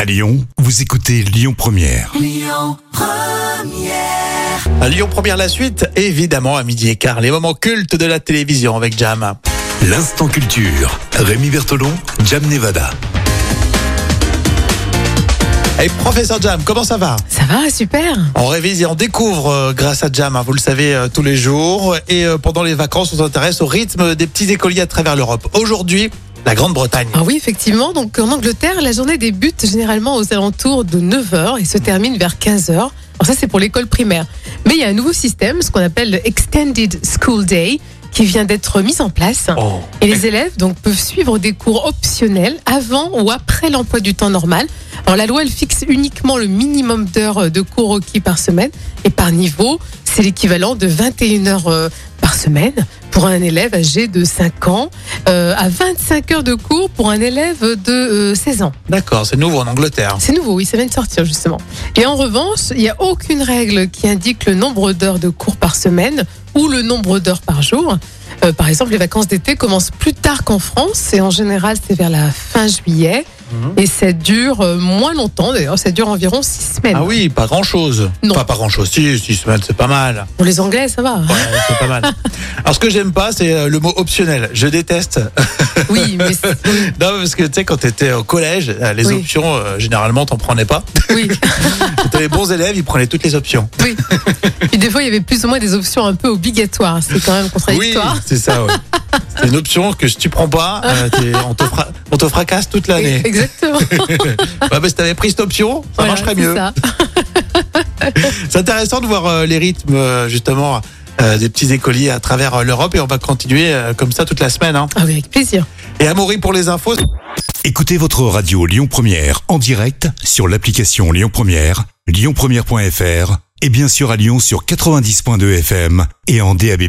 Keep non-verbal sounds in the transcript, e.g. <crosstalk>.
À Lyon, vous écoutez Lyon Première. À Lyon Première la suite, évidemment à midi et quart, les moments cultes de la télévision avec Jam. L'instant culture. Rémi Bertolon, Jam Nevada. Et professeur Jam, comment ça va Ça va, super. On révise et on découvre euh, grâce à Jam, hein, vous le savez euh, tous les jours. Et euh, pendant les vacances, on s'intéresse au rythme des petits écoliers à travers l'Europe. Aujourd'hui, la Grande-Bretagne. Ah oui, effectivement. Donc en Angleterre, la journée débute généralement aux alentours de 9h et se termine vers 15h. Alors ça, c'est pour l'école primaire. Mais il y a un nouveau système, ce qu'on appelle le Extended School Day, qui vient d'être mis en place. Oh. Et les élèves donc peuvent suivre des cours optionnels avant ou après l'emploi du temps normal. Alors la loi elle fixe uniquement le minimum d'heures euh, de cours requis par semaine et par niveau, c'est l'équivalent de 21 heures euh, par semaine pour un élève âgé de 5 ans euh, à 25 heures de cours pour un élève de euh, 16 ans. D'accord, c'est nouveau en Angleterre. C'est nouveau, oui, ça vient de sortir justement. Et en revanche, il n'y a aucune règle qui indique le nombre d'heures de cours par semaine ou le nombre d'heures par jour. Euh, par exemple, les vacances d'été commencent plus tard qu'en France et en général, c'est vers la fin juillet. Mhm. Et ça dure euh, moins longtemps, d'ailleurs, ça dure environ six semaines. Ah oui, pas grand-chose. Eh ben. Non. Pas pas grand-chose. Si, six semaines, c'est pas mal. Pour les Anglais, <laughs> ça va. Ouais, c'est pas <laughs> mal. Alors ce que j'aime pas, c'est euh, le mot optionnel. Je déteste. <laughs> Oui, mais c'est- Non, parce que tu sais, quand t'étais au collège, euh, les Oui. options, euh, généralement, t'en prenais pas. oui, T'étais les bons élèves, ils prenaient toutes les options. oui. Puis des fois, il y avait plus ou moins des options un peu obligatoires. C'est quand même Oui, contradictoire. c'est ça, ouais. C'est une option que si tu prends pas, euh, t'es- on, te fra- on te fracasse toute l'année. <laughs> Exactement. Ouais, mais si t'avais pris cette option, ça Voilà, marcherait c'est mieux. ça. C'est intéressant de voir euh, les rythmes, euh, justement, euh, des petits écoliers à travers euh, l'Europe et on va continuer euh, comme ça toute la semaine. hein. Ah oui, avec plaisir. Et Amaury pour les infos. Écoutez votre radio Lyon Première en direct sur l'application Lyon Première, lyonpremière.fr et bien sûr à Lyon sur 90.2 FM et en DAB+.